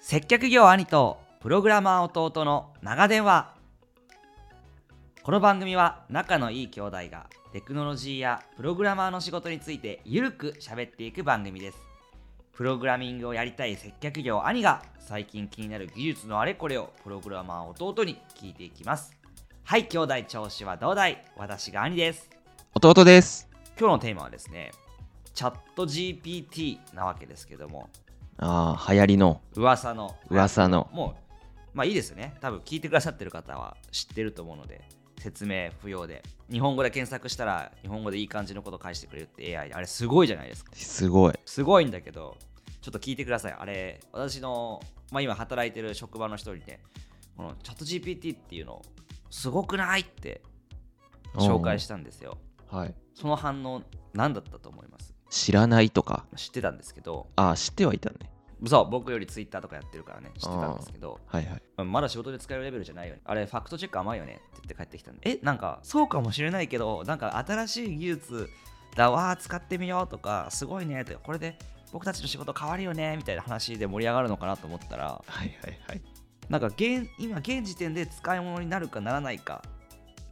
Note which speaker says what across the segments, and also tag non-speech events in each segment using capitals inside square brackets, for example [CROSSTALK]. Speaker 1: 接客業兄とプログラマー弟の長電話この番組は仲のいい兄弟がテクノロジーやプログラマーの仕事についてゆるく喋っていく番組ですプログラミングをやりたい接客業兄が最近気になる技術のあれこれをプログラマー弟に聞いていきますはい兄弟調子はどうだい私が兄です
Speaker 2: 弟です。
Speaker 1: 今日のテーマはですねチャット GPT なわけですけども
Speaker 2: ああ、流行りの
Speaker 1: 噂の
Speaker 2: 噂の。
Speaker 1: もう、まあいいですね。多分聞いてくださってる方は知ってると思うので、説明不要で。日本語で検索したら、日本語でいい感じのこと返してくれるって AI、あれすごいじゃないですか。
Speaker 2: すごい。
Speaker 1: すごいんだけど、ちょっと聞いてください。あれ、私の、まあ今働いてる職場の人にね、このチャット GPT っていうのを、すごくないって紹介したんですよ。
Speaker 2: はい。
Speaker 1: その反応、何だったと思います
Speaker 2: 知らないとか。
Speaker 1: 知ってたんですけど、
Speaker 2: ああ、知ってはいたね。
Speaker 1: そう、僕より Twitter とかやってるからね、知ってたんですけど、
Speaker 2: はいはい。
Speaker 1: まだ仕事で使えるレベルじゃないよね。あれ、ファクトチェック甘いよねって言って帰ってきたんで。え、なんか、そうかもしれないけど、なんか新しい技術だわ、使ってみようとか、すごいねとか、これで僕たちの仕事変わるよねみたいな話で盛り上がるのかなと思ったら、
Speaker 2: はいはいはい。
Speaker 1: なんか現、今、現時点で使い物になるかならないか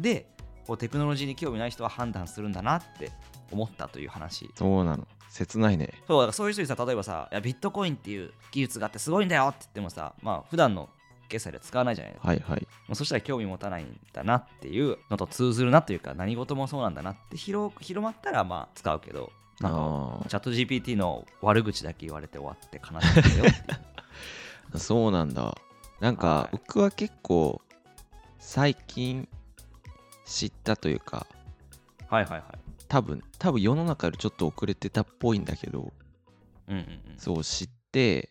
Speaker 1: で、こうテクノロジーに興味ない人は判断するんだなって思ったという話。
Speaker 2: そうなの。切ないね。
Speaker 1: そうだからそういう人にさ例えばさいやビットコインっていう技術があってすごいんだよって言ってもさまあ普段の決済では使わないじゃない
Speaker 2: はいはい。
Speaker 1: まあ、そしたら興味持たないんだなっていうのと通ずるなというか何事もそうなんだなって広広まったらまあ使うけどなんか
Speaker 2: あ
Speaker 1: チャット GPT の悪口だけ言われて終わって悲しいんだよ
Speaker 2: [LAUGHS]
Speaker 1: っていう
Speaker 2: あ、そうなんだ。なんか
Speaker 1: は、い
Speaker 2: 僕は結構、最近知ったというか、
Speaker 1: はいはいはい
Speaker 2: 多分、多分世の中よりちょっと遅れてたっぽいんだけど、
Speaker 1: うんうんうん
Speaker 2: そう知って、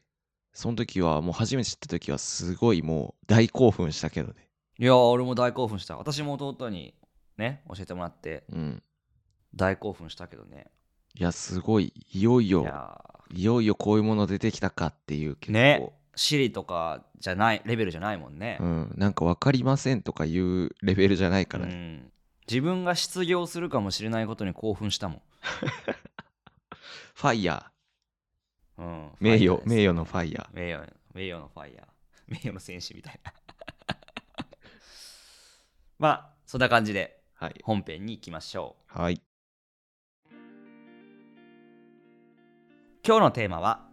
Speaker 2: その時はもう初めて知った時はすごいもう大興奮したけどね。
Speaker 1: いやー俺も大興奮した私も弟にね教えてもらって
Speaker 2: うん。
Speaker 1: 大興奮したけどね
Speaker 2: いや、すごい。いよい
Speaker 1: い
Speaker 2: よ。
Speaker 1: や
Speaker 2: いよいよこういうもの出てきたかっていう結構、
Speaker 1: ねシリとかじゃないレベルじゃないもんね、
Speaker 2: うん、なんか分かりませんとかいうレベルじゃないから、
Speaker 1: う
Speaker 2: ね
Speaker 1: ん自分が失業するかもしれないことに興奮したもん、
Speaker 2: ファイヤ
Speaker 1: うん、
Speaker 2: ー名誉
Speaker 1: ファイターです
Speaker 2: 名誉のファイヤ
Speaker 1: 名誉名誉のファイヤー [LAUGHS] 名誉の戦士みたいな [LAUGHS] まあそんな感じで
Speaker 2: ーはい
Speaker 1: 本編に行きましょう
Speaker 2: はい
Speaker 1: 今日のテーマは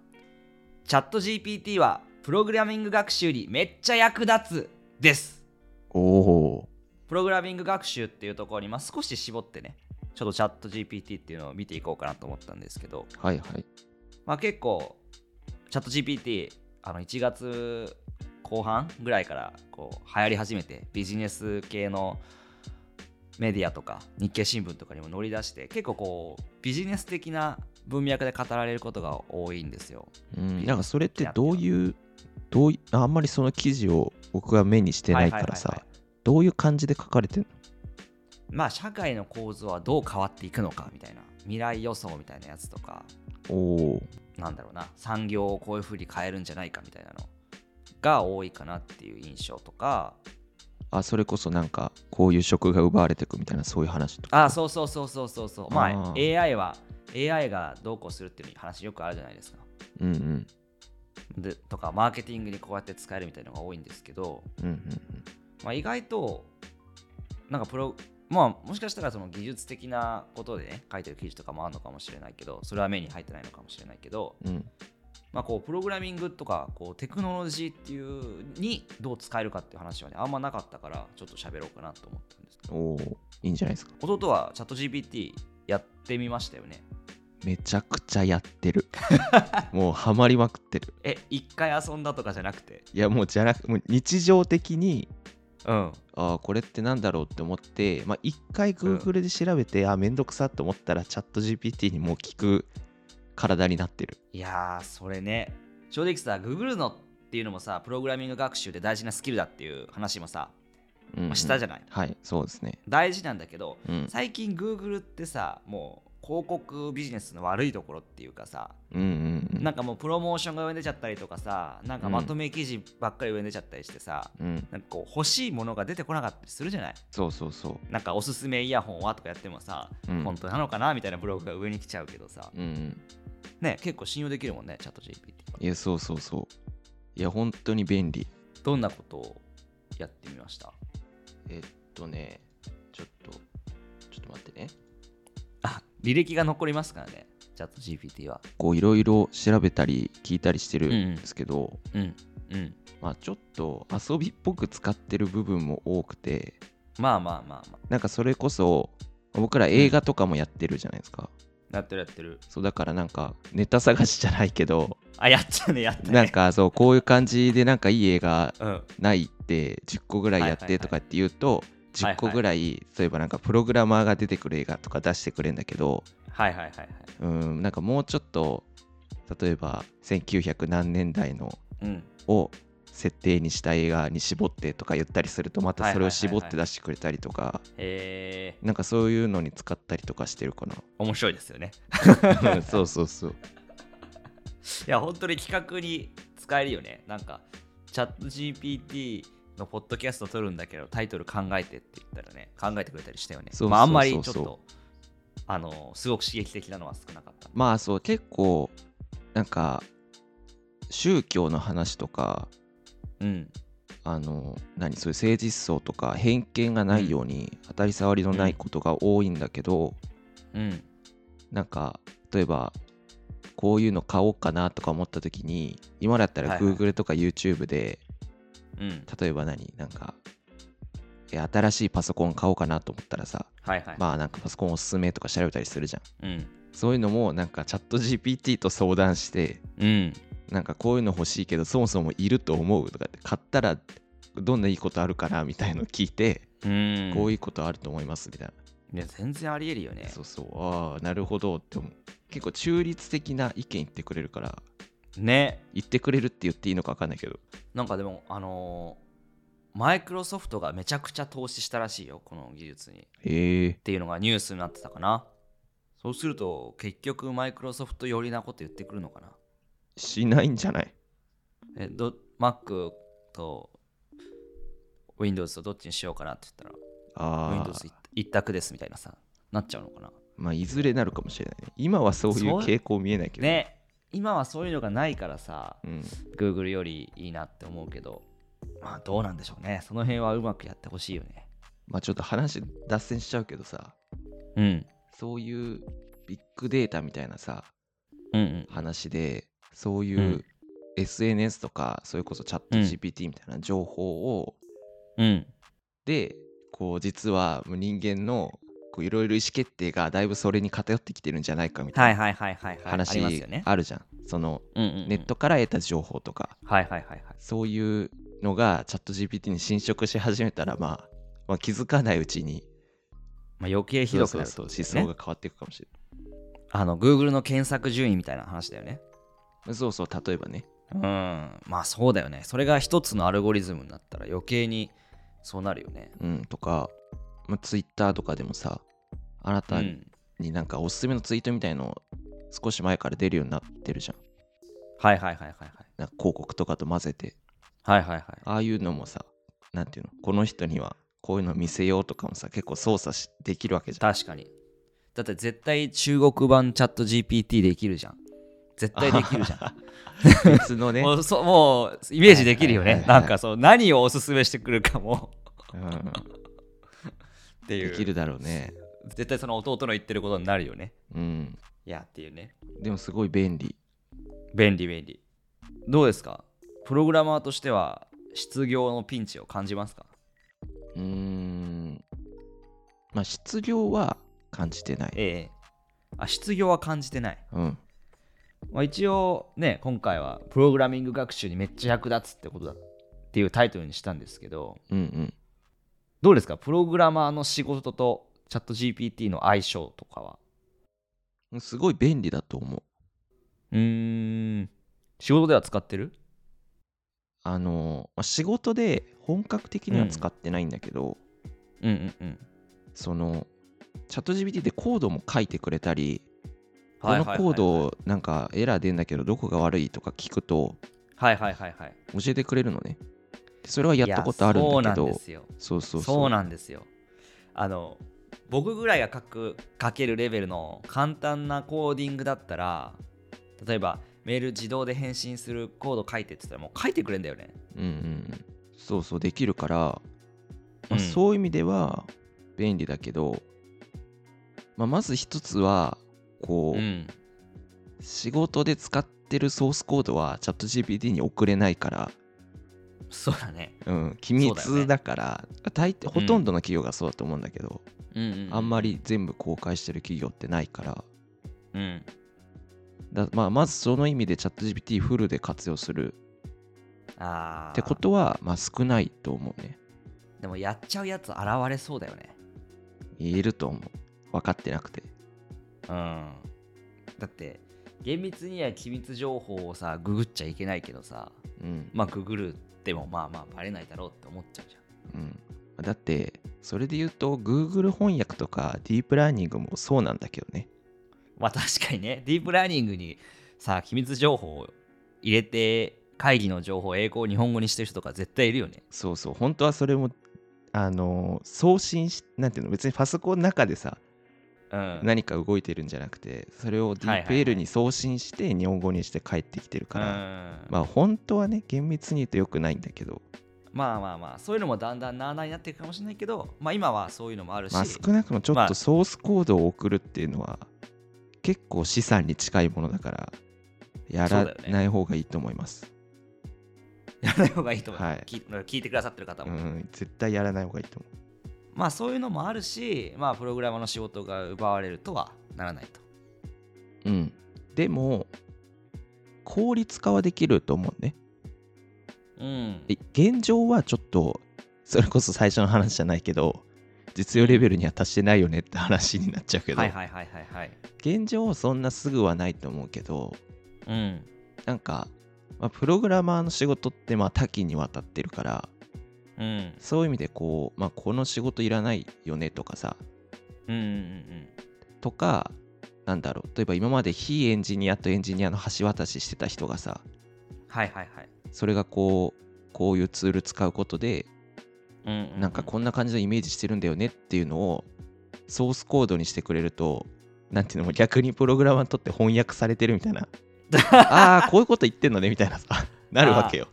Speaker 1: チャット GPT はプログラミング学習にめっちゃ役立つです
Speaker 2: おお
Speaker 1: プログラミング学習っていうところに、まあ、少し絞ってねちょっとチャット GPT っていうのを見ていこうかなと思ったんですけど、
Speaker 2: はいはい
Speaker 1: まあ、結構チャット GPT あの1月後半ぐらいからこう流行り始めてビジネス系のメディアとか日経新聞とかにも乗り出して結構こうビジネス的な文脈で語られることが多いんですよ。
Speaker 2: うんなんかそれってどういうどういああんまりその記事を僕が目にしてないからさ、
Speaker 1: はいはいはい
Speaker 2: どういう感じで書かれてる
Speaker 1: まあ社会の構造はどう変わっていくのかみたいな未来予想みたいなやつとか
Speaker 2: のおお
Speaker 1: なんだろうな産業をこういう風に変えるんじゃないかみたいなのが多いかなっていう印象とか
Speaker 2: あそれこそなんかこういう職が奪われていくみたいなそういう話とか
Speaker 1: あそうそうそうそうそうそうまあ
Speaker 2: あ
Speaker 1: AI は AI がどうこうするっていう話よくあるじゃないですか
Speaker 2: うんうん
Speaker 1: でとかマーケティングにこうやって使えるみたいなのが多いんですけど、
Speaker 2: うんうん
Speaker 1: まあ、意外となんかプロまあもしかしたらその技術的なことでね書いてる記事とかもあるのかもしれないけどそれは目に入ってないのかもしれないけど、
Speaker 2: うんうん
Speaker 1: まあ、こうプログラミングとかこうテクノロジーっていうにどう使えるかっていう話はねあんまなかったからちょっと喋ろうかなと思ったんですけど
Speaker 2: おおいいんじゃないですか
Speaker 1: 弟はチャット GPT やってみましたよね
Speaker 2: めちゃくちゃやってる [LAUGHS] もうハマりまくってる
Speaker 1: え一回遊んだとかじゃなくて
Speaker 2: いやもうじゃなくもう日常的に
Speaker 1: うん
Speaker 2: あーこれってなんだろうって思って、まあ、一回 Google で調べて、あーめんどくさって思ったらチャット GPT にもう聞く体になってる
Speaker 1: いやーそれね正直さググるのっていうのもさプログラミング学習で大事なスキルだっていう話もさ、
Speaker 2: うん、
Speaker 1: まあしたじ
Speaker 2: ゃ
Speaker 1: ゃない
Speaker 2: はいそうですね
Speaker 1: 大事なんだけど
Speaker 2: うん、
Speaker 1: 最近グーグルってさもう広告ビジネスの悪いところっていうかさ
Speaker 2: うんうんうん
Speaker 1: なんかもうプロモーションが上に出ちゃったりとかさなんかまとめ記事ばっかり上に出ちゃったりしてさ、
Speaker 2: うん
Speaker 1: なんかこう欲しいものが出てこなかったりするじゃない
Speaker 2: そうそうそ
Speaker 1: なんかおすすめイヤホンはとかやってもさ、
Speaker 2: ううん
Speaker 1: 本当なのかなみたいなブログが上に来ちゃうけどさ
Speaker 2: うんうん
Speaker 1: ね結構信用できるもんねチャット GPT
Speaker 2: いやそうそうそういや、本当に便利。
Speaker 1: どんなことをやってみました
Speaker 2: えっとね、ちょっと、ちょっと待ってね。
Speaker 1: あ履歴が残りますからねチャット GPT は
Speaker 2: こう、いろいろ調べたり聞いたりしてるんですけど、
Speaker 1: うんうん
Speaker 2: まあ、ちょっと遊びっぽく使ってる部分も多くて、
Speaker 1: まあまあまあま
Speaker 2: なんかそれこそ、僕ら映画とかもやってるじゃないですか。
Speaker 1: あやってるやってる
Speaker 2: そうだからなんかネタ探しじゃないけど
Speaker 1: あやったねやったね
Speaker 2: なんかそうこういう感じでなんかいい映画
Speaker 1: うん
Speaker 2: ないって10個ぐらいやっ
Speaker 1: はいはいは
Speaker 2: て
Speaker 1: い
Speaker 2: とかって言うと
Speaker 1: はいは
Speaker 2: 10
Speaker 1: い
Speaker 2: 個ぐらいそういえばなんかプログラマーが出てくる映画とか出してくれるんだけど
Speaker 1: はいはいはいはい
Speaker 2: うんなんかもうちょっと例えば1900何年代の
Speaker 1: うん
Speaker 2: を設定にした映画に絞ってとか言ったりするとまたそれを絞っ
Speaker 1: はいはいはい
Speaker 2: て
Speaker 1: は
Speaker 2: 出してくれたりとか
Speaker 1: えー、
Speaker 2: なんかそういうのに使ったりとかしてるか
Speaker 1: 面白いですよね
Speaker 2: な
Speaker 1: [LAUGHS]
Speaker 2: うんそうそうそう
Speaker 1: いや本当に企画に使えるよねなんかチャット GPT のポッドキャスト撮るんだけどタイトル考えてって言ったらね考えてくれたりしたよね
Speaker 2: そうそうそうそう
Speaker 1: まああんまりちょっとあのすごく刺激的なのは少なかった
Speaker 2: まあそう結構なんか宗教の話とか
Speaker 1: うん
Speaker 2: あの何そういう性実相とか偏見がないように当たり障りのないことが多いんだけど、
Speaker 1: うん
Speaker 2: なんか例えばこういうの買おうかなとか思った時に今だった
Speaker 1: は
Speaker 2: ら
Speaker 1: いはい
Speaker 2: Google とか YouTube で、
Speaker 1: うん
Speaker 2: 例えば何なんかえ新しいパソコン買おうかなと思ったらさ
Speaker 1: はいはい、
Speaker 2: まあなんかパソコンおすすめとか調べたりするじゃん
Speaker 1: うん
Speaker 2: そういうのもなんかチャット GPT と相談して
Speaker 1: うん
Speaker 2: なんかこういうの欲しいけどそもそもいると思うとかって買ったらどんないいことあるかなみたいの聞いて、
Speaker 1: うん
Speaker 2: こういうことあると思いますみたい
Speaker 1: いや全然ありえるよ
Speaker 2: な、
Speaker 1: ね
Speaker 2: そうそうああなるほどって思う結構中立的な意見言ってくれるから
Speaker 1: ね
Speaker 2: 言ってくれるって言っていいのか分かんないけど
Speaker 1: なんかでもあのーマイクロソフトがめちゃくちゃ投資したらしいよこの技術にっ
Speaker 2: へえ
Speaker 1: ていうのがニュースになってたかなそうすると結局マイクロソフト寄りなこと言ってくるのかな
Speaker 2: しないんじゃない
Speaker 1: えど Mac と Windows とどっちにしようかなって言っ
Speaker 2: あ
Speaker 1: たら
Speaker 2: あ
Speaker 1: Windows 一一択ですみたいなさなっちゃうのかな
Speaker 2: まあいずれなるかもしれないね今はそういう
Speaker 1: そう
Speaker 2: 傾向見えないけど
Speaker 1: ね今はそういうのがないからさ
Speaker 2: うん
Speaker 1: Google よりいいなって思うけどまあどうなんでしょうねその辺はうまくやってほしいよね
Speaker 2: まあちょっと話脱線しちゃうけどさ
Speaker 1: うん
Speaker 2: そういうビッグデータみたいなさ
Speaker 1: うんうん
Speaker 2: 話でそういううん SNS とかそれこそチャット
Speaker 1: うん
Speaker 2: GPT みたいな情報を
Speaker 1: うん
Speaker 2: でこう実は人間のこういろいろ意思決定がだいぶそれに偏ってきてるんじゃないかみた
Speaker 1: はいい
Speaker 2: な
Speaker 1: はいはいはい、はい、あります
Speaker 2: 話
Speaker 1: よね、
Speaker 2: あるじゃんその
Speaker 1: うんうんうん
Speaker 2: ネットから得た情報とか
Speaker 1: はいはいはいはい
Speaker 2: そういうのがチャット GPT に侵食し始めたらまあまあ気づかないうちに
Speaker 1: まあ、余計ひ
Speaker 2: そう
Speaker 1: どく
Speaker 2: そ
Speaker 1: な
Speaker 2: う
Speaker 1: るって
Speaker 2: そう
Speaker 1: ことだよ
Speaker 2: 思想
Speaker 1: ね
Speaker 2: が変わっていくかもしれ
Speaker 1: あの Google の検索順位みたいな話だよね
Speaker 2: ないそうそう例えばね
Speaker 1: うんまあそうだよねそれが一つのアルゴリズムになったら余計にそうなるよね
Speaker 2: うんとか、まあ、Twitter とかでもさあな
Speaker 1: う
Speaker 2: た
Speaker 1: ん
Speaker 2: になんかおすすめのツイートみたいの少し前から出るようになってるじゃん。
Speaker 1: はいはいはいはいはい
Speaker 2: なんか広告とかと混ぜて。
Speaker 1: はいはいはい
Speaker 2: ああいうのもさ、なんていうのこの人にはこういうの見せようとかもさ、結構操作しできるわけじゃん。
Speaker 1: 確かにだって絶対中国版チャット GPT できるじゃん絶対できるじゃん
Speaker 2: ん。 [LAUGHS] 別の
Speaker 1: [LAUGHS]
Speaker 2: ね。
Speaker 1: もうそうもうイメージできるよ
Speaker 2: はい
Speaker 1: ね
Speaker 2: はいはいは
Speaker 1: ないんかそう何をおすすめしてくるかも
Speaker 2: うん
Speaker 1: っていう
Speaker 2: できるだろうね。
Speaker 1: 絶対その弟の言ってることになるよね
Speaker 2: うん。
Speaker 1: いやっていうね
Speaker 2: でもすごい便利。
Speaker 1: 便利便利どうですかプログラマーとしては失業のピンチを感じますか
Speaker 2: うーん。まあ、失業は感じてない。
Speaker 1: ええあ失業は感じてない、
Speaker 2: うん。
Speaker 1: まあ、一応ね今回はプログラミング学習にめっちゃ役立つってことだっていうタイトルにしたんですけど
Speaker 2: うんうん。
Speaker 1: どうですかプログラマーの仕事とチャット GPT の相性とかは
Speaker 2: すごい便利だと思う。
Speaker 1: うーん仕事では使ってる
Speaker 2: あの、まあ、仕事で本格的には使ってないんだけど、
Speaker 1: うんうんうん
Speaker 2: そのチャット GPT でコードも書いてくれたりこ
Speaker 1: はい
Speaker 2: の
Speaker 1: はいはいはい
Speaker 2: コードなんかエラー出んだけどどこが悪いとか聞くと
Speaker 1: はいはいはいはい
Speaker 2: 教えてくれるのねでそれはやったことあるんだけ
Speaker 1: いやそうなん
Speaker 2: ど
Speaker 1: ですよ
Speaker 2: そうそうそう
Speaker 1: そうなんですよあの僕ぐらいが書く書けるレベルの簡単なコーディングだったら例えばメール自動で返信するコード書いてって言ったらもう書いてくれんだよね。
Speaker 2: うんうん、そうそうできるから、
Speaker 1: う
Speaker 2: まあ
Speaker 1: ん
Speaker 2: そういう意味では便利だけど、まあ、まず一つはこう、
Speaker 1: うん。
Speaker 2: 仕事で使ってるソースコードはチャット GPT に送れないから、
Speaker 1: そうだね。
Speaker 2: うん、機
Speaker 1: そうだよね
Speaker 2: 密だから大抵ほとんどの企業がそうだと思うんだけど、
Speaker 1: うんうん、うん。
Speaker 2: あんま。り全部公開してる企業ってないから
Speaker 1: うん。
Speaker 2: だ、まあ、まずその意味でチャット GPT フルで活用する
Speaker 1: ああ。
Speaker 2: ってことは、まあ、少ないと思うね
Speaker 1: でもやっちゃうやつ現れそうだよね。
Speaker 2: 言えると思う分かってなくて
Speaker 1: うん。だって厳密には機密情報をさググっちゃいけないけどさ
Speaker 2: うん、
Speaker 1: まあググるでもまあまあバレないだろうって思っちゃうじゃん。
Speaker 2: うん、だってそれで言うと Google 翻訳とかディープラーニングもそうなんだけどね
Speaker 1: まあ確かにねディープラーニングにさ機密情報を入れて会議の情報を英語日本語にしてる人とか絶対いるよね。
Speaker 2: そうそう本当はそれもあの送信しなんていうの別にパソコンの中でさ
Speaker 1: うん。
Speaker 2: 何か動いてるんじゃなくてそれを
Speaker 1: はいはいは
Speaker 2: DeepL
Speaker 1: い
Speaker 2: に送信して日本語にして帰ってきてるから、
Speaker 1: うん
Speaker 2: まあ本当はね厳密に言うと良くないんだけど、
Speaker 1: まあまあまあそういうのもだんだんなあなあになっていくかもしれないけどまあ今はそういうのもあるし、
Speaker 2: まあ、少なくともちょ
Speaker 1: ま
Speaker 2: っ
Speaker 1: あ
Speaker 2: とソースコードを送るっていうのは結構資産に近いものだからや
Speaker 1: そうだ
Speaker 2: ら
Speaker 1: よね
Speaker 2: ない方がいいと思います、
Speaker 1: やらない方がいいと思う、
Speaker 2: はい
Speaker 1: 聞い聞いてくださってる方
Speaker 2: う
Speaker 1: も、
Speaker 2: ん絶対やらない方がいいと思う
Speaker 1: まあそういうのもあるしまあプログラマーの仕事が奪われるとはならないと
Speaker 2: うん、でも効率化はできると思うね
Speaker 1: うん
Speaker 2: で現状はちょっとそれこそ最初の話じゃないけど実用レベルには達してないよねって話になっちゃうけど、
Speaker 1: はいはいはいはいはい
Speaker 2: 現状そんなすぐはないと思うけど
Speaker 1: うん
Speaker 2: なんか、まあ、プログラマーの仕事ってまあ多岐にわたってるから
Speaker 1: うん
Speaker 2: そういう意味でこう、まあ、この仕事いらないよねとかさ
Speaker 1: うんうんうん
Speaker 2: とかなんだろう例えば今まで非エンジニアとエンジニアの橋渡ししてた人がさ
Speaker 1: はいはいはい
Speaker 2: それがこうこういうツール使うことで
Speaker 1: うんうう
Speaker 2: なんかこんな感じのイメージしてるんだよねっていうのをソースコードにしてくれるとなんていうのもう逆にプログラマーにとって翻訳されてるみたい
Speaker 1: [LAUGHS]
Speaker 2: なああこういうこと言ってんのねみたいなさなるわけよ、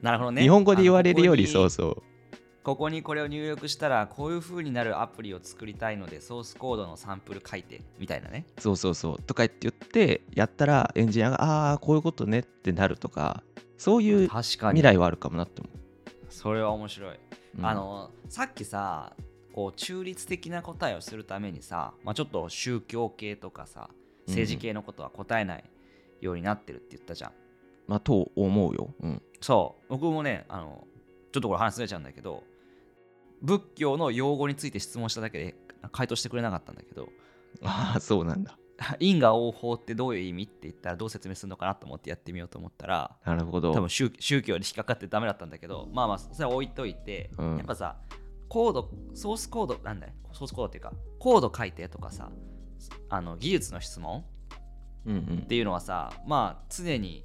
Speaker 1: なるほどね
Speaker 2: 日本語で言われるよ
Speaker 1: あ
Speaker 2: り
Speaker 1: の
Speaker 2: そう
Speaker 1: こ
Speaker 2: そ
Speaker 1: こにここにこれを入力したらこういう風になるアプリを作りたいのでソースコードのサンプル書いてみたいなね
Speaker 2: うそうそうそうとか言って言ってやったらエンジニアがああーこういうことねってなるとかそういう
Speaker 1: 確かに
Speaker 2: 未来はあるかもなって思
Speaker 1: それは面白い、
Speaker 2: う、うん
Speaker 1: あのさっきさこう中立的な答えをするためにさ、まあ、ちょっと宗教系とかさ政治系のことは答えないようになってるって言ったじゃん、
Speaker 2: まあと思うよ、うん、
Speaker 1: そう僕もねあのちょっとこれ話ずれちゃうんだけど仏教の用語について質問しただけで回答してくれなかったんだけど [LAUGHS]
Speaker 2: ああそうなんだ
Speaker 1: 因果応報ってどういう意味って言ったらどう説明するのかなと思ってやってみようと思ったら
Speaker 2: なるほど
Speaker 1: 多分宗宗教に引っかかってダメだったんだけどまあまあそれは置いといて、
Speaker 2: うん
Speaker 1: やっぱさコードソースコードなんだよソースコードっていうかコード書いてとかさあの技術の質問
Speaker 2: うんうん
Speaker 1: っていうのはさまあ常に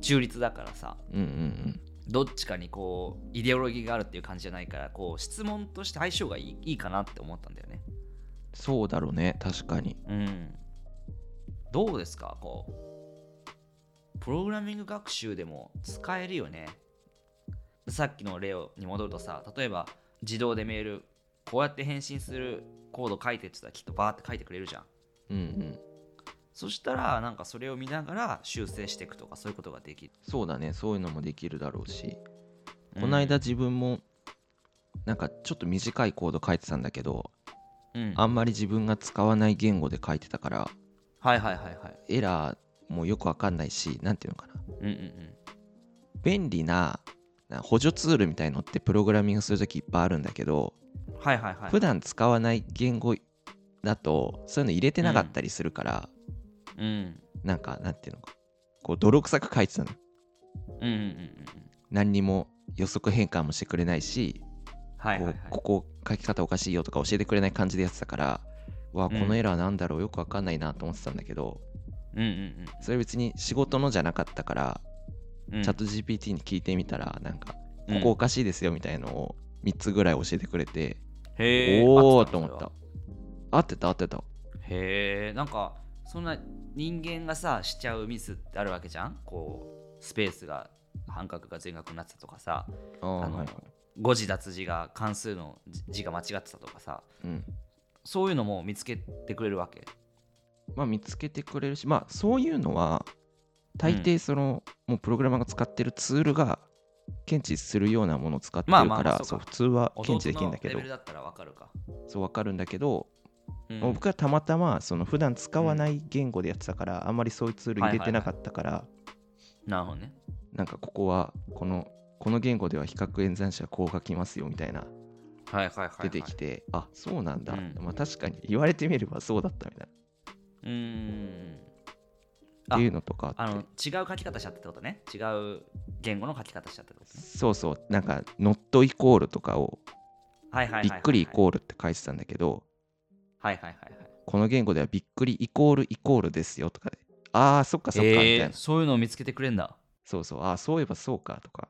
Speaker 1: 中立だからさ
Speaker 2: うんうん
Speaker 1: どっちかにこうイデオロギーがあるっていう感じじゃないからこう質問として相性がいいいいかなって思ったんだよね
Speaker 2: そうだろうね確かに
Speaker 1: うんどうですかこうプログラミング学習でも使えるよねさっきの例をに戻るとさ例えば自動でメールこうやって返信するコード書いてって言ったらきっとバーって書いてくれるじゃん
Speaker 2: うんうん
Speaker 1: そしたらなんかそれを見ながら修正していくとかそういうことができる
Speaker 2: そうだねそういうのもできるだろうし、この間自分もなんかちょっと短いコード書いてたんだけど、
Speaker 1: うん、うん
Speaker 2: あんまり自分が使わない言語で書いてたから
Speaker 1: はいはいはいはい
Speaker 2: エラーもよくわかんないし何ていうのかな
Speaker 1: うんうん
Speaker 2: 便利なな補助ツールみたいのってプログラミングする時いっぱいあるんだけど、
Speaker 1: うんはいはいはい
Speaker 2: 普段使わない言語だとそういうの入れてなかったりするから、
Speaker 1: うん
Speaker 2: なんかなんていうのかこう泥臭く書いてたの
Speaker 1: うんうんうんうん
Speaker 2: 何にも予測変換もしてくれないし
Speaker 1: はいはいは
Speaker 2: こう
Speaker 1: い
Speaker 2: ここ書き方おかしいよとか教えてくれない感じでやってたからわあこ
Speaker 1: うん
Speaker 2: のエラーなんだろうよくわかんないなと思ってたんだけど
Speaker 1: うんうん
Speaker 2: それ別に仕事のじゃなかったから
Speaker 1: うんうん
Speaker 2: チャット GPT に聞いてみたらなんか
Speaker 1: うん
Speaker 2: ここおかしいですよみたいのを3つぐらい教えてくれて
Speaker 1: へー
Speaker 2: お
Speaker 1: 合
Speaker 2: お
Speaker 1: て
Speaker 2: と
Speaker 1: たのそれ
Speaker 2: 思った
Speaker 1: は
Speaker 2: 合ってた合ってた
Speaker 1: へえんかそんな人間がさしちゃうミスってあるわけじゃんこうスペースが半角が全角になってたとかさ
Speaker 2: あー
Speaker 1: あの
Speaker 2: はいはい
Speaker 1: 誤字脱字が関数の字字が間違ってたとかさ
Speaker 2: うん
Speaker 1: そういうのも見つけてくれるわけ
Speaker 2: まあ、見つけてくれるし、まあ、そういうのは大抵その、もうプログラマーが使ってるツールが検知するようなものを使ってる
Speaker 1: ま
Speaker 2: か
Speaker 1: あ
Speaker 2: ら、
Speaker 1: まあまあそ
Speaker 2: そうう
Speaker 1: か
Speaker 2: 普通は検知でき
Speaker 1: 弟
Speaker 2: るん
Speaker 1: の
Speaker 2: だけ
Speaker 1: レ
Speaker 2: ど
Speaker 1: ベルだったらわかるか、
Speaker 2: そうわかるんだけど、
Speaker 1: うん
Speaker 2: もう僕はたまたまその普段使わない言語でやってたから、あんまりそういうツール入れてなかったから、
Speaker 1: なるほどね
Speaker 2: なんかここはこのこの言語では比較演算子はこう書きますよみたいな
Speaker 1: はいはいはい、はい、
Speaker 2: 出てきて、あそうなんだ、
Speaker 1: うん
Speaker 2: まあ、確かに言われてみればそうだったみたいう
Speaker 1: ーん
Speaker 2: なっていうのとかあ
Speaker 1: あ
Speaker 2: って
Speaker 1: の違う書き方しちゃったってことね違う言語の書き方しちゃったってことね
Speaker 2: そうそうなんか「not イコール」とかを
Speaker 1: はいはいはいはい
Speaker 2: びっくりイ
Speaker 1: ール
Speaker 2: コールって書いてたんだけど、
Speaker 1: はいはいはいはい
Speaker 2: この言語ではびっくりイコールイコールですよとかで、ああ、そっかそっかみたいな。
Speaker 1: えーそういうのを見つけてくれんだ
Speaker 2: そうそう、ああ、そういえばそうかとか。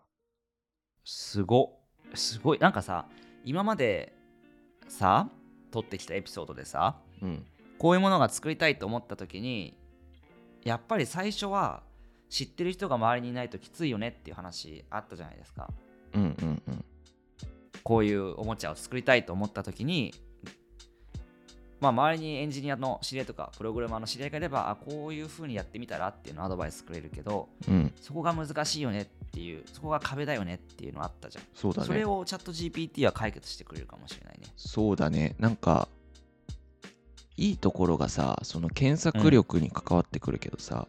Speaker 1: すごすごいなんかさ今までさ撮ってきたエピソードでさ
Speaker 2: うん。
Speaker 1: こういうものが作りたいと思った時にやっぱり最初は知ってる人が周りにいないときついよねっていう話あったじゃないですか
Speaker 2: うんうんうん。
Speaker 1: こういうおもちゃを作りたいと思った時にまあ周りにエンジニアの知り合いとかプログラマーの知り合いがいればあこういう風にやってみたらっていうのをアドバイスくれるけど
Speaker 2: うん、
Speaker 1: そこが難しいよねっていうそこが壁だよねっていうのあったじゃん
Speaker 2: そうだ
Speaker 1: それ
Speaker 2: ね。
Speaker 1: をチャット GPT は解決してくれるかもしれないね。
Speaker 2: そうだね。なんか、いいところがさ、その検索力に関わってくるけどさ、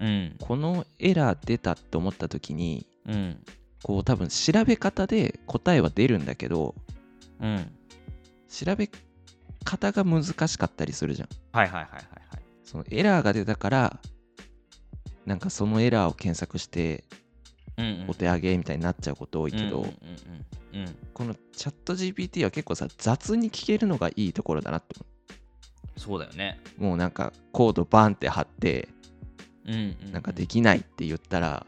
Speaker 1: うん。
Speaker 2: このエラー出たって思った時に、
Speaker 1: うん。
Speaker 2: こう多分調べ方で答えは出るんだけど、
Speaker 1: うん。
Speaker 2: 調べ方が難しかったりするじゃん。
Speaker 1: はいはいはいはいはい。
Speaker 2: そのエラーが出たからなんかそのエラーを検索して
Speaker 1: うん、うん。
Speaker 2: お手上げみたいになっちゃうこと多いけど、
Speaker 1: うんうんうん、うん。
Speaker 2: このチャット GPT は結構さ雑に聞けるのがいいところだなって思
Speaker 1: そうだよね。
Speaker 2: うもうなんかコードバンって貼って
Speaker 1: うんうん、
Speaker 2: なんかできないって言ったら、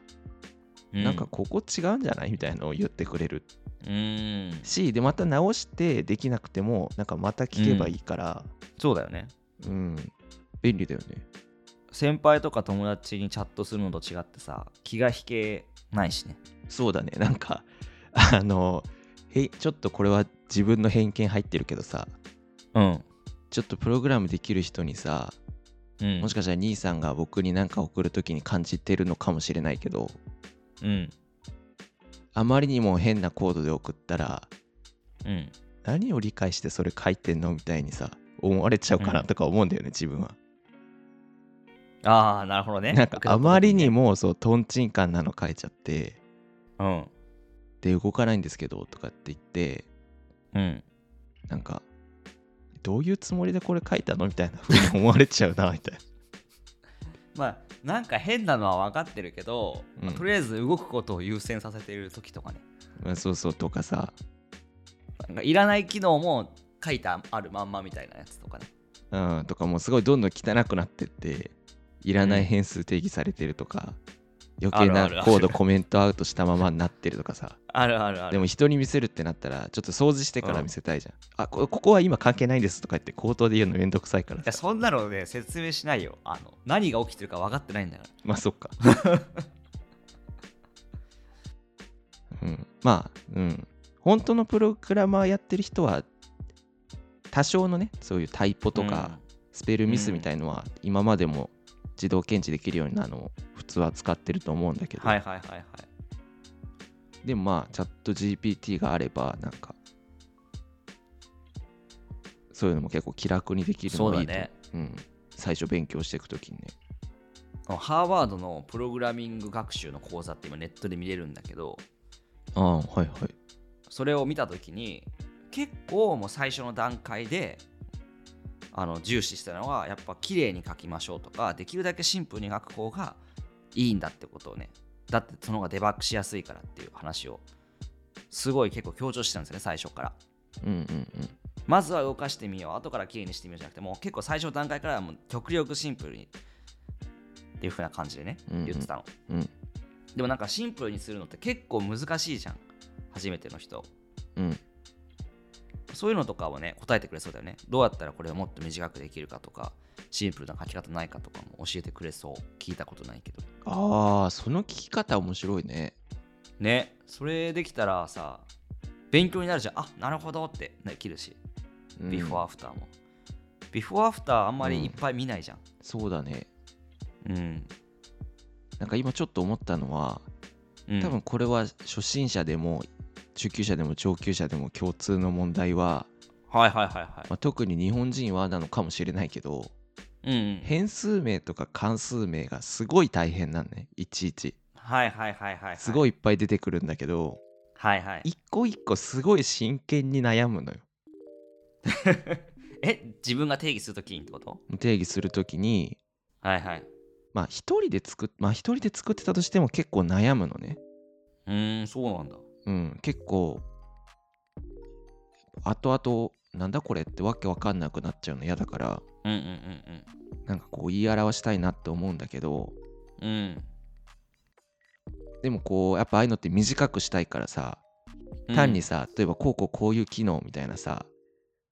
Speaker 1: うん、
Speaker 2: なんかここ違うんじゃないみたいなのを言ってくれる
Speaker 1: うん。
Speaker 2: しでまた直してできなくてもなんかまた聞けばいいから
Speaker 1: そうだよね。
Speaker 2: うん、便利だよね
Speaker 1: 先輩とか友達にチャットするのと違ってさ、気が引けないしね。
Speaker 2: そうだねなんかあのへいちょっとこれは自分の偏見入ってるけどさ
Speaker 1: うん。
Speaker 2: ちょっとプログラムできる人にさ
Speaker 1: うん。
Speaker 2: もしかしたら兄さんが僕に何か送る時に感じてるのかもしれないけど
Speaker 1: うん。
Speaker 2: あまりにも変なコードで送ったら
Speaker 1: うん。
Speaker 2: 何を理解してそれ書いてんのみたいにさ思われちゃうか
Speaker 1: う
Speaker 2: なんとか思うんだよね、自分は。
Speaker 1: ああ、なるほどね。
Speaker 2: なんかあまりに
Speaker 1: も。
Speaker 2: もそうとんちんかんなの書いちゃって
Speaker 1: うん。
Speaker 2: で動かないんですけどとかって言って
Speaker 1: うん。
Speaker 2: なんかどういうつもりでこれ書いたのみたいな風に思われちゃうなみたいな。
Speaker 1: まあ、なんか変なのは分かってるけど、
Speaker 2: うん
Speaker 1: まあとりあえず動くことを優先させている時とかね。
Speaker 2: まあ [LAUGHS] そうそうとかさ
Speaker 1: なんかいらない機能も書いてあるまんまみたいなやつとかね。
Speaker 2: うん、とかもうすごいどんどん汚くなってっていらない変数定義されてるとか、余計
Speaker 1: あ
Speaker 2: な
Speaker 1: るあるある
Speaker 2: コードコメントアウトしたままになってるとかさ
Speaker 1: ある [LAUGHS] あるある。
Speaker 2: でも人に見せるってなったらちょっと掃除してから見せたいじゃん、あこここは今関係ないんですとか言って口頭で言うのめんどくさいか
Speaker 1: い
Speaker 2: ら
Speaker 1: や
Speaker 2: さ
Speaker 1: そんなのね、説明しないよ。あの何が起きてるか分かってないんだから。
Speaker 2: まあそっかうんまあうん本当のプログラマーやってる人は多少のねそういうタイポとか、スペルミスみたいのは今までも自動検知できるようなのを普通は使ってると思うんだけ
Speaker 1: うん、
Speaker 2: ど、
Speaker 1: はいはいはいはい。
Speaker 2: でもまあチャット GPT があればなんかそういうのも結構気楽にできるの
Speaker 1: そう
Speaker 2: がい
Speaker 1: だ
Speaker 2: いと
Speaker 1: ね。
Speaker 2: うん、最初勉強していくときにね
Speaker 1: ハーバードのプログラミング学習の講座って今ネットで見れるんだけど、
Speaker 2: ああはいはい
Speaker 1: それを見たときに、結構もう最初の段階で、あの重視したのはやっぱ綺麗に書きましょうとかできるだけシンプルに書く方がいいんだってことをねだってその方がデバッグしやすいからっていう話をすごい結構強調してたんですよね最初から
Speaker 2: うんうんうん
Speaker 1: まずは動かしてみよう後から綺麗にしてみようじゃなくてもう結構最初の段階からはもう極力シンプルにっていう風な感じでね
Speaker 2: うんうん
Speaker 1: 言ってたの、
Speaker 2: うん
Speaker 1: でもなんかシンプルにするのって結構難しいじゃん初めての人
Speaker 2: うん
Speaker 1: そういうのとかをね答えてくれそうだよねどうやったらこれをもっと短くできるかとかシンプルな書き方ないかとかも教えてくれそう聞いたことないけど
Speaker 2: ああその聞き方面白いね
Speaker 1: ねそれできたらさ勉強になるじゃんあなるほどってできるしビフォー
Speaker 2: ー
Speaker 1: アフターも、ビフォーアフターあんまりいっぱい見ないじゃん
Speaker 2: そうだね
Speaker 1: うん、
Speaker 2: なんか今ちょっと思ったのは
Speaker 1: うん、
Speaker 2: 多分これは初心者でも中級者でも上級者でも共通の問題は、
Speaker 1: はいはいはいは
Speaker 2: まあ、特に日本人はなのかもしれないけど
Speaker 1: いうんうん
Speaker 2: 変数名とか関数名がすごい大変なんねいちいち
Speaker 1: はいはいはいはいは
Speaker 2: すご
Speaker 1: い
Speaker 2: いいっぱい出てくるんだけど
Speaker 1: はいはい
Speaker 2: 一個一個すごい真剣に悩むのよ
Speaker 1: [LAUGHS] え自分が定義するときにってこと
Speaker 2: 定義する時に
Speaker 1: はいはい
Speaker 2: まあ一人で作っまあ一人で作ってたとしても結構悩むのね
Speaker 1: うーんそうなんだ
Speaker 2: うん結構後々なんだこれってわけわかんなくなっちゃうの嫌だから
Speaker 1: うんうん
Speaker 2: なんかこう言い表したいなって思うんだけど
Speaker 1: うんうん
Speaker 2: でもこうやっぱああいうのって短くしたいからさ
Speaker 1: うん
Speaker 2: 単にさ、例えばこうこうこういう機能みたいなさ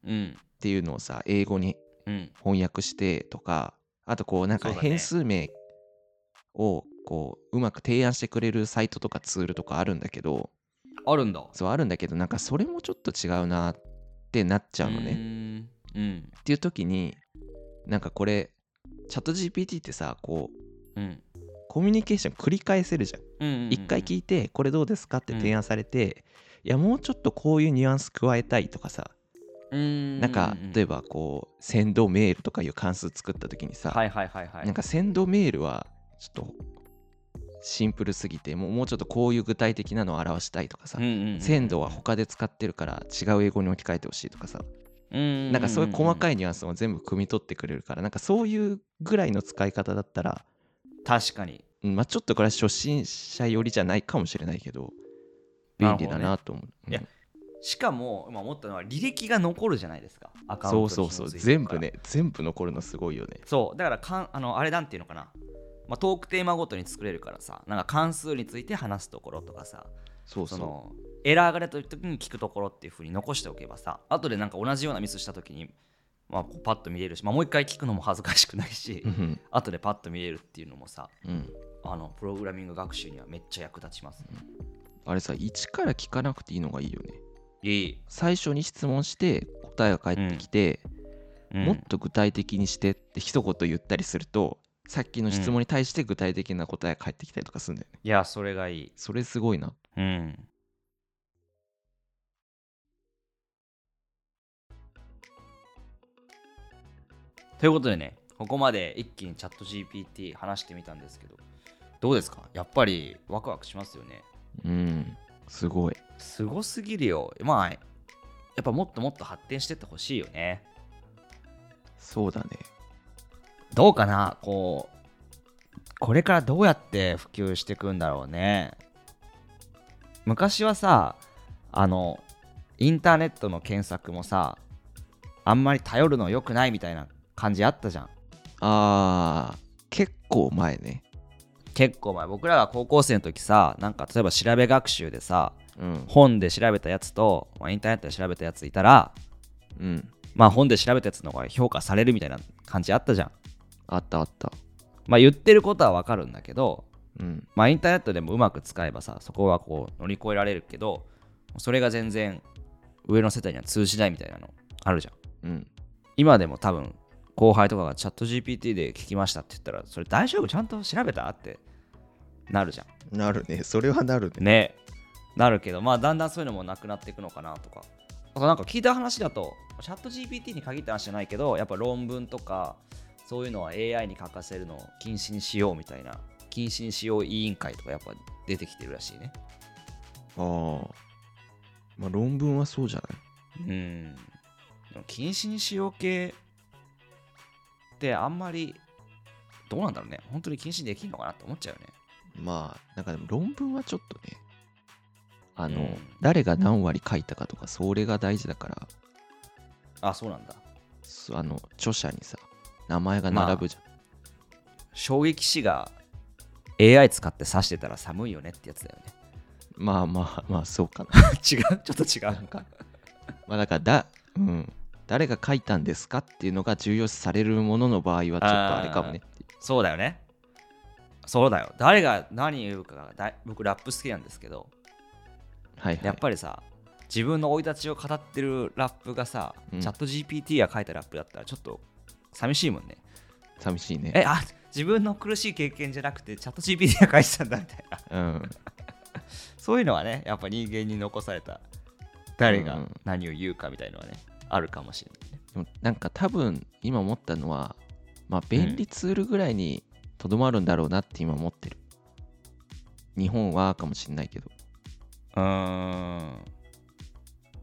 Speaker 1: うん
Speaker 2: っていうのをさ英語に
Speaker 1: うん
Speaker 2: 翻訳してとかあとこうなんか
Speaker 1: そうだね
Speaker 2: 変数名をこううまく提案してくれるサイトとかツールとかあるんだけど
Speaker 1: あるんだ
Speaker 2: そうあるんだけどなんかそれもちょっと違うなってなっちゃうのね。
Speaker 1: うーんうん
Speaker 2: っていう時になんかこれチャット GPT ってさこう
Speaker 1: うん
Speaker 2: コミュニケーション繰り返せるじゃん。
Speaker 1: うんうんうん
Speaker 2: 一回聞いてこれどうですかって提案されて、いやもうちょっとこういうニュアンス加えたいとかさ、
Speaker 1: うーん
Speaker 2: なんか例え
Speaker 1: ば
Speaker 2: ばこう先導メールとかいう関数作った時にさ、
Speaker 1: はいはいはいはい
Speaker 2: なんか先導メールはちょっとシンプルすぎてもうもうちょっとこういう具体的なのを表したいとかさ、
Speaker 1: うんうんうん
Speaker 2: 先導は他で使ってるから違う英語に置き換えてほしいとかさ、
Speaker 1: うん
Speaker 2: なんかそういう細か
Speaker 1: い
Speaker 2: いニュアンスも全部汲み取ってくれるからなんかそういうぐらいの使い方だったら、
Speaker 1: 確かに
Speaker 2: うんまあ、ちょっとこれは初心者寄りじゃないかもしれないけど便利だなと思う。
Speaker 1: どね
Speaker 2: うん
Speaker 1: しかも今思ったのは履歴が残るじゃないですかアカウント
Speaker 2: そ
Speaker 1: に
Speaker 2: うそうそう
Speaker 1: 紐づいてる
Speaker 2: 全
Speaker 1: から
Speaker 2: 部ね全部残るのすごいよね
Speaker 1: そうだからかんあのあれなんていうのかな、まあ、トークテーマごとに作れるからさなんか関数について話すところとかさ
Speaker 2: そう
Speaker 1: そ
Speaker 2: そう
Speaker 1: のエラーが出た時に聞くところっていう風に残しておけばさ後でなんか同じようなミスした時に、まあ、こうパッと見れるし、まあ、もう一回聞くのも恥ずかしくないし、
Speaker 2: うん
Speaker 1: 後でパッと見れるっていうのもさ
Speaker 2: うん、うん、
Speaker 1: あのプログラミング学習にはめっちゃ役立ちます、
Speaker 2: あれさ一から聞かなくていいのがいいよね
Speaker 1: いい、
Speaker 2: 最初に質問して答えが返ってきて、
Speaker 1: うん
Speaker 2: もっと具体的にしてって一言言ったりするとさっきの質問に対して具体的な答えが返ってきたりとかするんだよね
Speaker 1: いやそれがいい
Speaker 2: それすごいな
Speaker 1: うんということでね、ここまで一気にチャット GPT 話してみたんですけど、どうですかやっぱりワクワクしますよね。
Speaker 2: うんすごい
Speaker 1: すごすぎるよ。まあ、やっぱもっともっと発展してってほしいよね。
Speaker 2: そうだね
Speaker 1: どうかなこう、これからどうやって普及していくんだろうね。昔はさ、あの、インターネットの検索もさ、あんまり頼るの良くないみたいな感じあったじゃん。
Speaker 2: あー結構前ね
Speaker 1: 結構前、僕らが高校生の時さ、なんか例えば調べ学習でさ、
Speaker 2: うん
Speaker 1: 本で調べたやつと、まあ、インターネットで調べたやついたら、
Speaker 2: うん
Speaker 1: まあ本で調べたやつの方が評価されるみたいな感じあったじゃん。
Speaker 2: あったあった
Speaker 1: まあ言ってることはわかるんだけど、
Speaker 2: うん
Speaker 1: まあインターネットでもうまく使えばさそこはこう乗り越えられるけどそれが全然上の世帯には通じないみたいなのあるじゃん
Speaker 2: うん
Speaker 1: 今でも多分後輩とかがチャット GPT で聞きましたって言ったらそれ大丈夫ちゃんと調べたってなるじゃ
Speaker 2: なるねそれはなる
Speaker 1: んねなるけどまあだんだんそういうのもなくなっていくのかなとかあとなんか聞いた話だとチャット GPT に限った話じゃないけどやっぱ論文とかそういうのは AI に書かせるのを禁止にしようみたいな禁止にしよう委員会とかやっぱ出てきてるらしいね
Speaker 2: あーまあ論文はそうじゃない
Speaker 1: うん。でも禁止にしよう系ってあんまりどうなんだろうね。本当に禁止できるのかなって思っちゃうよね。
Speaker 2: まあなんかでも論文はちょっとねあの、
Speaker 1: うん
Speaker 2: 誰が何割書いたかとかそれが大事だから
Speaker 1: あ、そうなんだ。
Speaker 2: そあの著者にさ名前が並ぶじゃん、
Speaker 1: 衝撃死が AI 使って指してたら寒いよねってやつだよね。
Speaker 2: [LAUGHS] まあまあまあそうか
Speaker 1: [LAUGHS]
Speaker 2: な
Speaker 1: 違うちょっと違
Speaker 2: なんかまあだからだうん誰が書いたんですかっていうのが重要視されるものの場合はちょっとあれかもね
Speaker 1: そうだよね。そうだよ。誰が何言うかがだい僕ラップ好きなんですけど、
Speaker 2: はいはい
Speaker 1: やっぱりさ、自分の生い立ちを語ってるラップがさ、
Speaker 2: うん
Speaker 1: チャット GPT が書いたラップだったらちょっと寂しいもんね。
Speaker 2: 寂しいね
Speaker 1: え、あ自分の苦しい経験じゃなくてチャット GPT が書いてたんだみたいな。 [LAUGHS]
Speaker 2: うん
Speaker 1: そういうのはね、やっぱ人間に残された誰
Speaker 2: う
Speaker 1: が
Speaker 2: ん
Speaker 1: 何を言うかみたいのはね、あるかもしれないね。
Speaker 2: でもなんか多分今思ったのはまあ便利ツールぐらいにとどまるんだろうなって今思ってる日本はかもしれないけど
Speaker 1: うーん。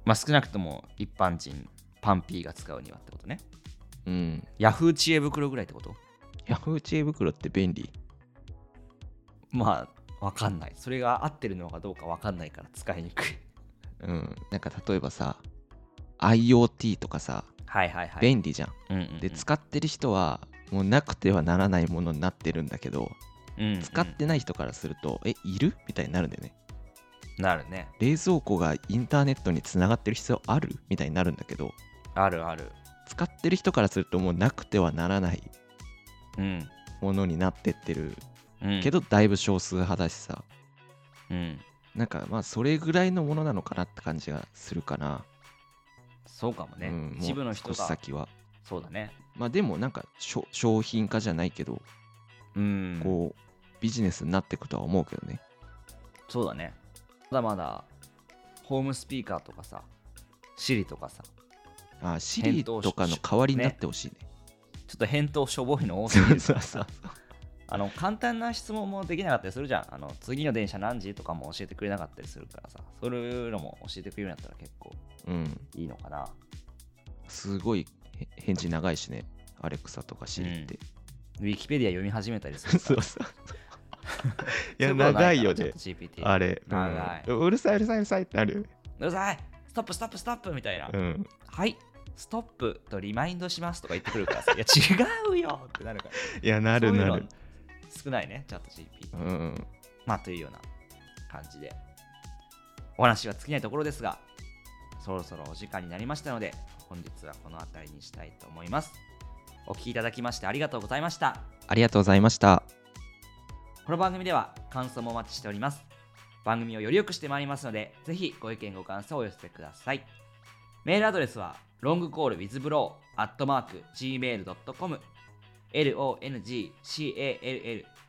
Speaker 1: まあ少なくとも一般人、パンピーが使うにはってことね。
Speaker 2: うん
Speaker 1: ヤフー知恵袋ぐらいってこと
Speaker 2: ヤフー知恵袋って便利
Speaker 1: まあ、わかんない。それが合ってるのかどうかわかんないから使いにくい。
Speaker 2: うんなんか例えばさ IoT とかさ
Speaker 1: [LAUGHS] はいはいはい。
Speaker 2: 便利じゃん、
Speaker 1: うんうんうん
Speaker 2: で使ってる人はもうなくてはならないものになってるんだけど
Speaker 1: うんうん
Speaker 2: 使ってない人からすると、えいるみたいになるんだよね
Speaker 1: なるね。
Speaker 2: 冷蔵庫がインターネットにつながってる必要あるみたいになるんだけど
Speaker 1: あるある。
Speaker 2: 使ってる人からするともうなくてはならない
Speaker 1: うん。
Speaker 2: ものになってってる
Speaker 1: うん、
Speaker 2: け、どだいぶ少数派だしさ
Speaker 1: うん、
Speaker 2: なんかまあそれぐらいのものなのかなって感じがするかな、
Speaker 1: そうかもね。
Speaker 2: うん、もう
Speaker 1: 一部の人
Speaker 2: 少し
Speaker 1: が。
Speaker 2: 先は
Speaker 1: そうだね。
Speaker 2: まあでもなんかしょ商品化じゃないけど
Speaker 1: うん。
Speaker 2: こうビジネスになっていくとは思うけどね
Speaker 1: そうだね。まだまだ、ホームスピーカーとかさ、Siri とかさ、
Speaker 2: あシリ
Speaker 1: 返答し
Speaker 2: とかの代わりになってほしいね
Speaker 1: ちょっと返答しょぼいの多す
Speaker 2: そ
Speaker 1: ぎ
Speaker 2: う
Speaker 1: る
Speaker 2: そうそう
Speaker 1: あの簡単な質問もできなかったりするじゃん。あの次の電車何時とかも教えてくれなかったりするからさ、そういうのも教えてくれるようになったら結構
Speaker 2: うん
Speaker 1: いいのかな。
Speaker 2: すごいへ返事長いしねアレクサとかシリって、
Speaker 1: ウィキペディア読み始めたりするから。
Speaker 2: [LAUGHS] そうい
Speaker 1: そう
Speaker 2: や
Speaker 1: うことな [LAUGHS]
Speaker 2: 長
Speaker 1: い
Speaker 2: いよ
Speaker 1: から
Speaker 2: ね。
Speaker 1: チャット GPT。
Speaker 2: あれ、うん
Speaker 1: 長いう
Speaker 2: るさいうるさいうるさいってなるよね
Speaker 1: うるさいストップストップストップみたいな。
Speaker 2: うん
Speaker 1: はい、ストップとリマインドしますとか言ってくるからさ、
Speaker 2: [LAUGHS]
Speaker 1: いや違うよってなるから。
Speaker 2: いやなる
Speaker 1: そういうの
Speaker 2: なる
Speaker 1: 少ないね、チャット GPT。
Speaker 2: うんうん
Speaker 1: まあというような感じでお話は尽きないところですがそろそろお時間になりましたので本日はこの辺りにしたいと思いますお聞きいただきましてありがとうございました
Speaker 2: ありがとうございました
Speaker 1: この番組では感想もお待ちしております番組をより良くしてまいりますのでぜひご意見ご感想をお寄せくださいメールアドレスは longcallwithbro.gmail.com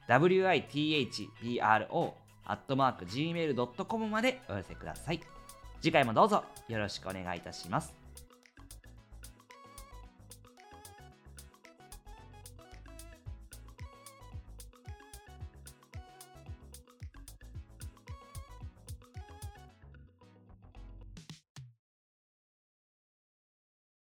Speaker 1: longcallwithbro.gmail.com までお寄せください次回もどうぞよろしくお願いいたします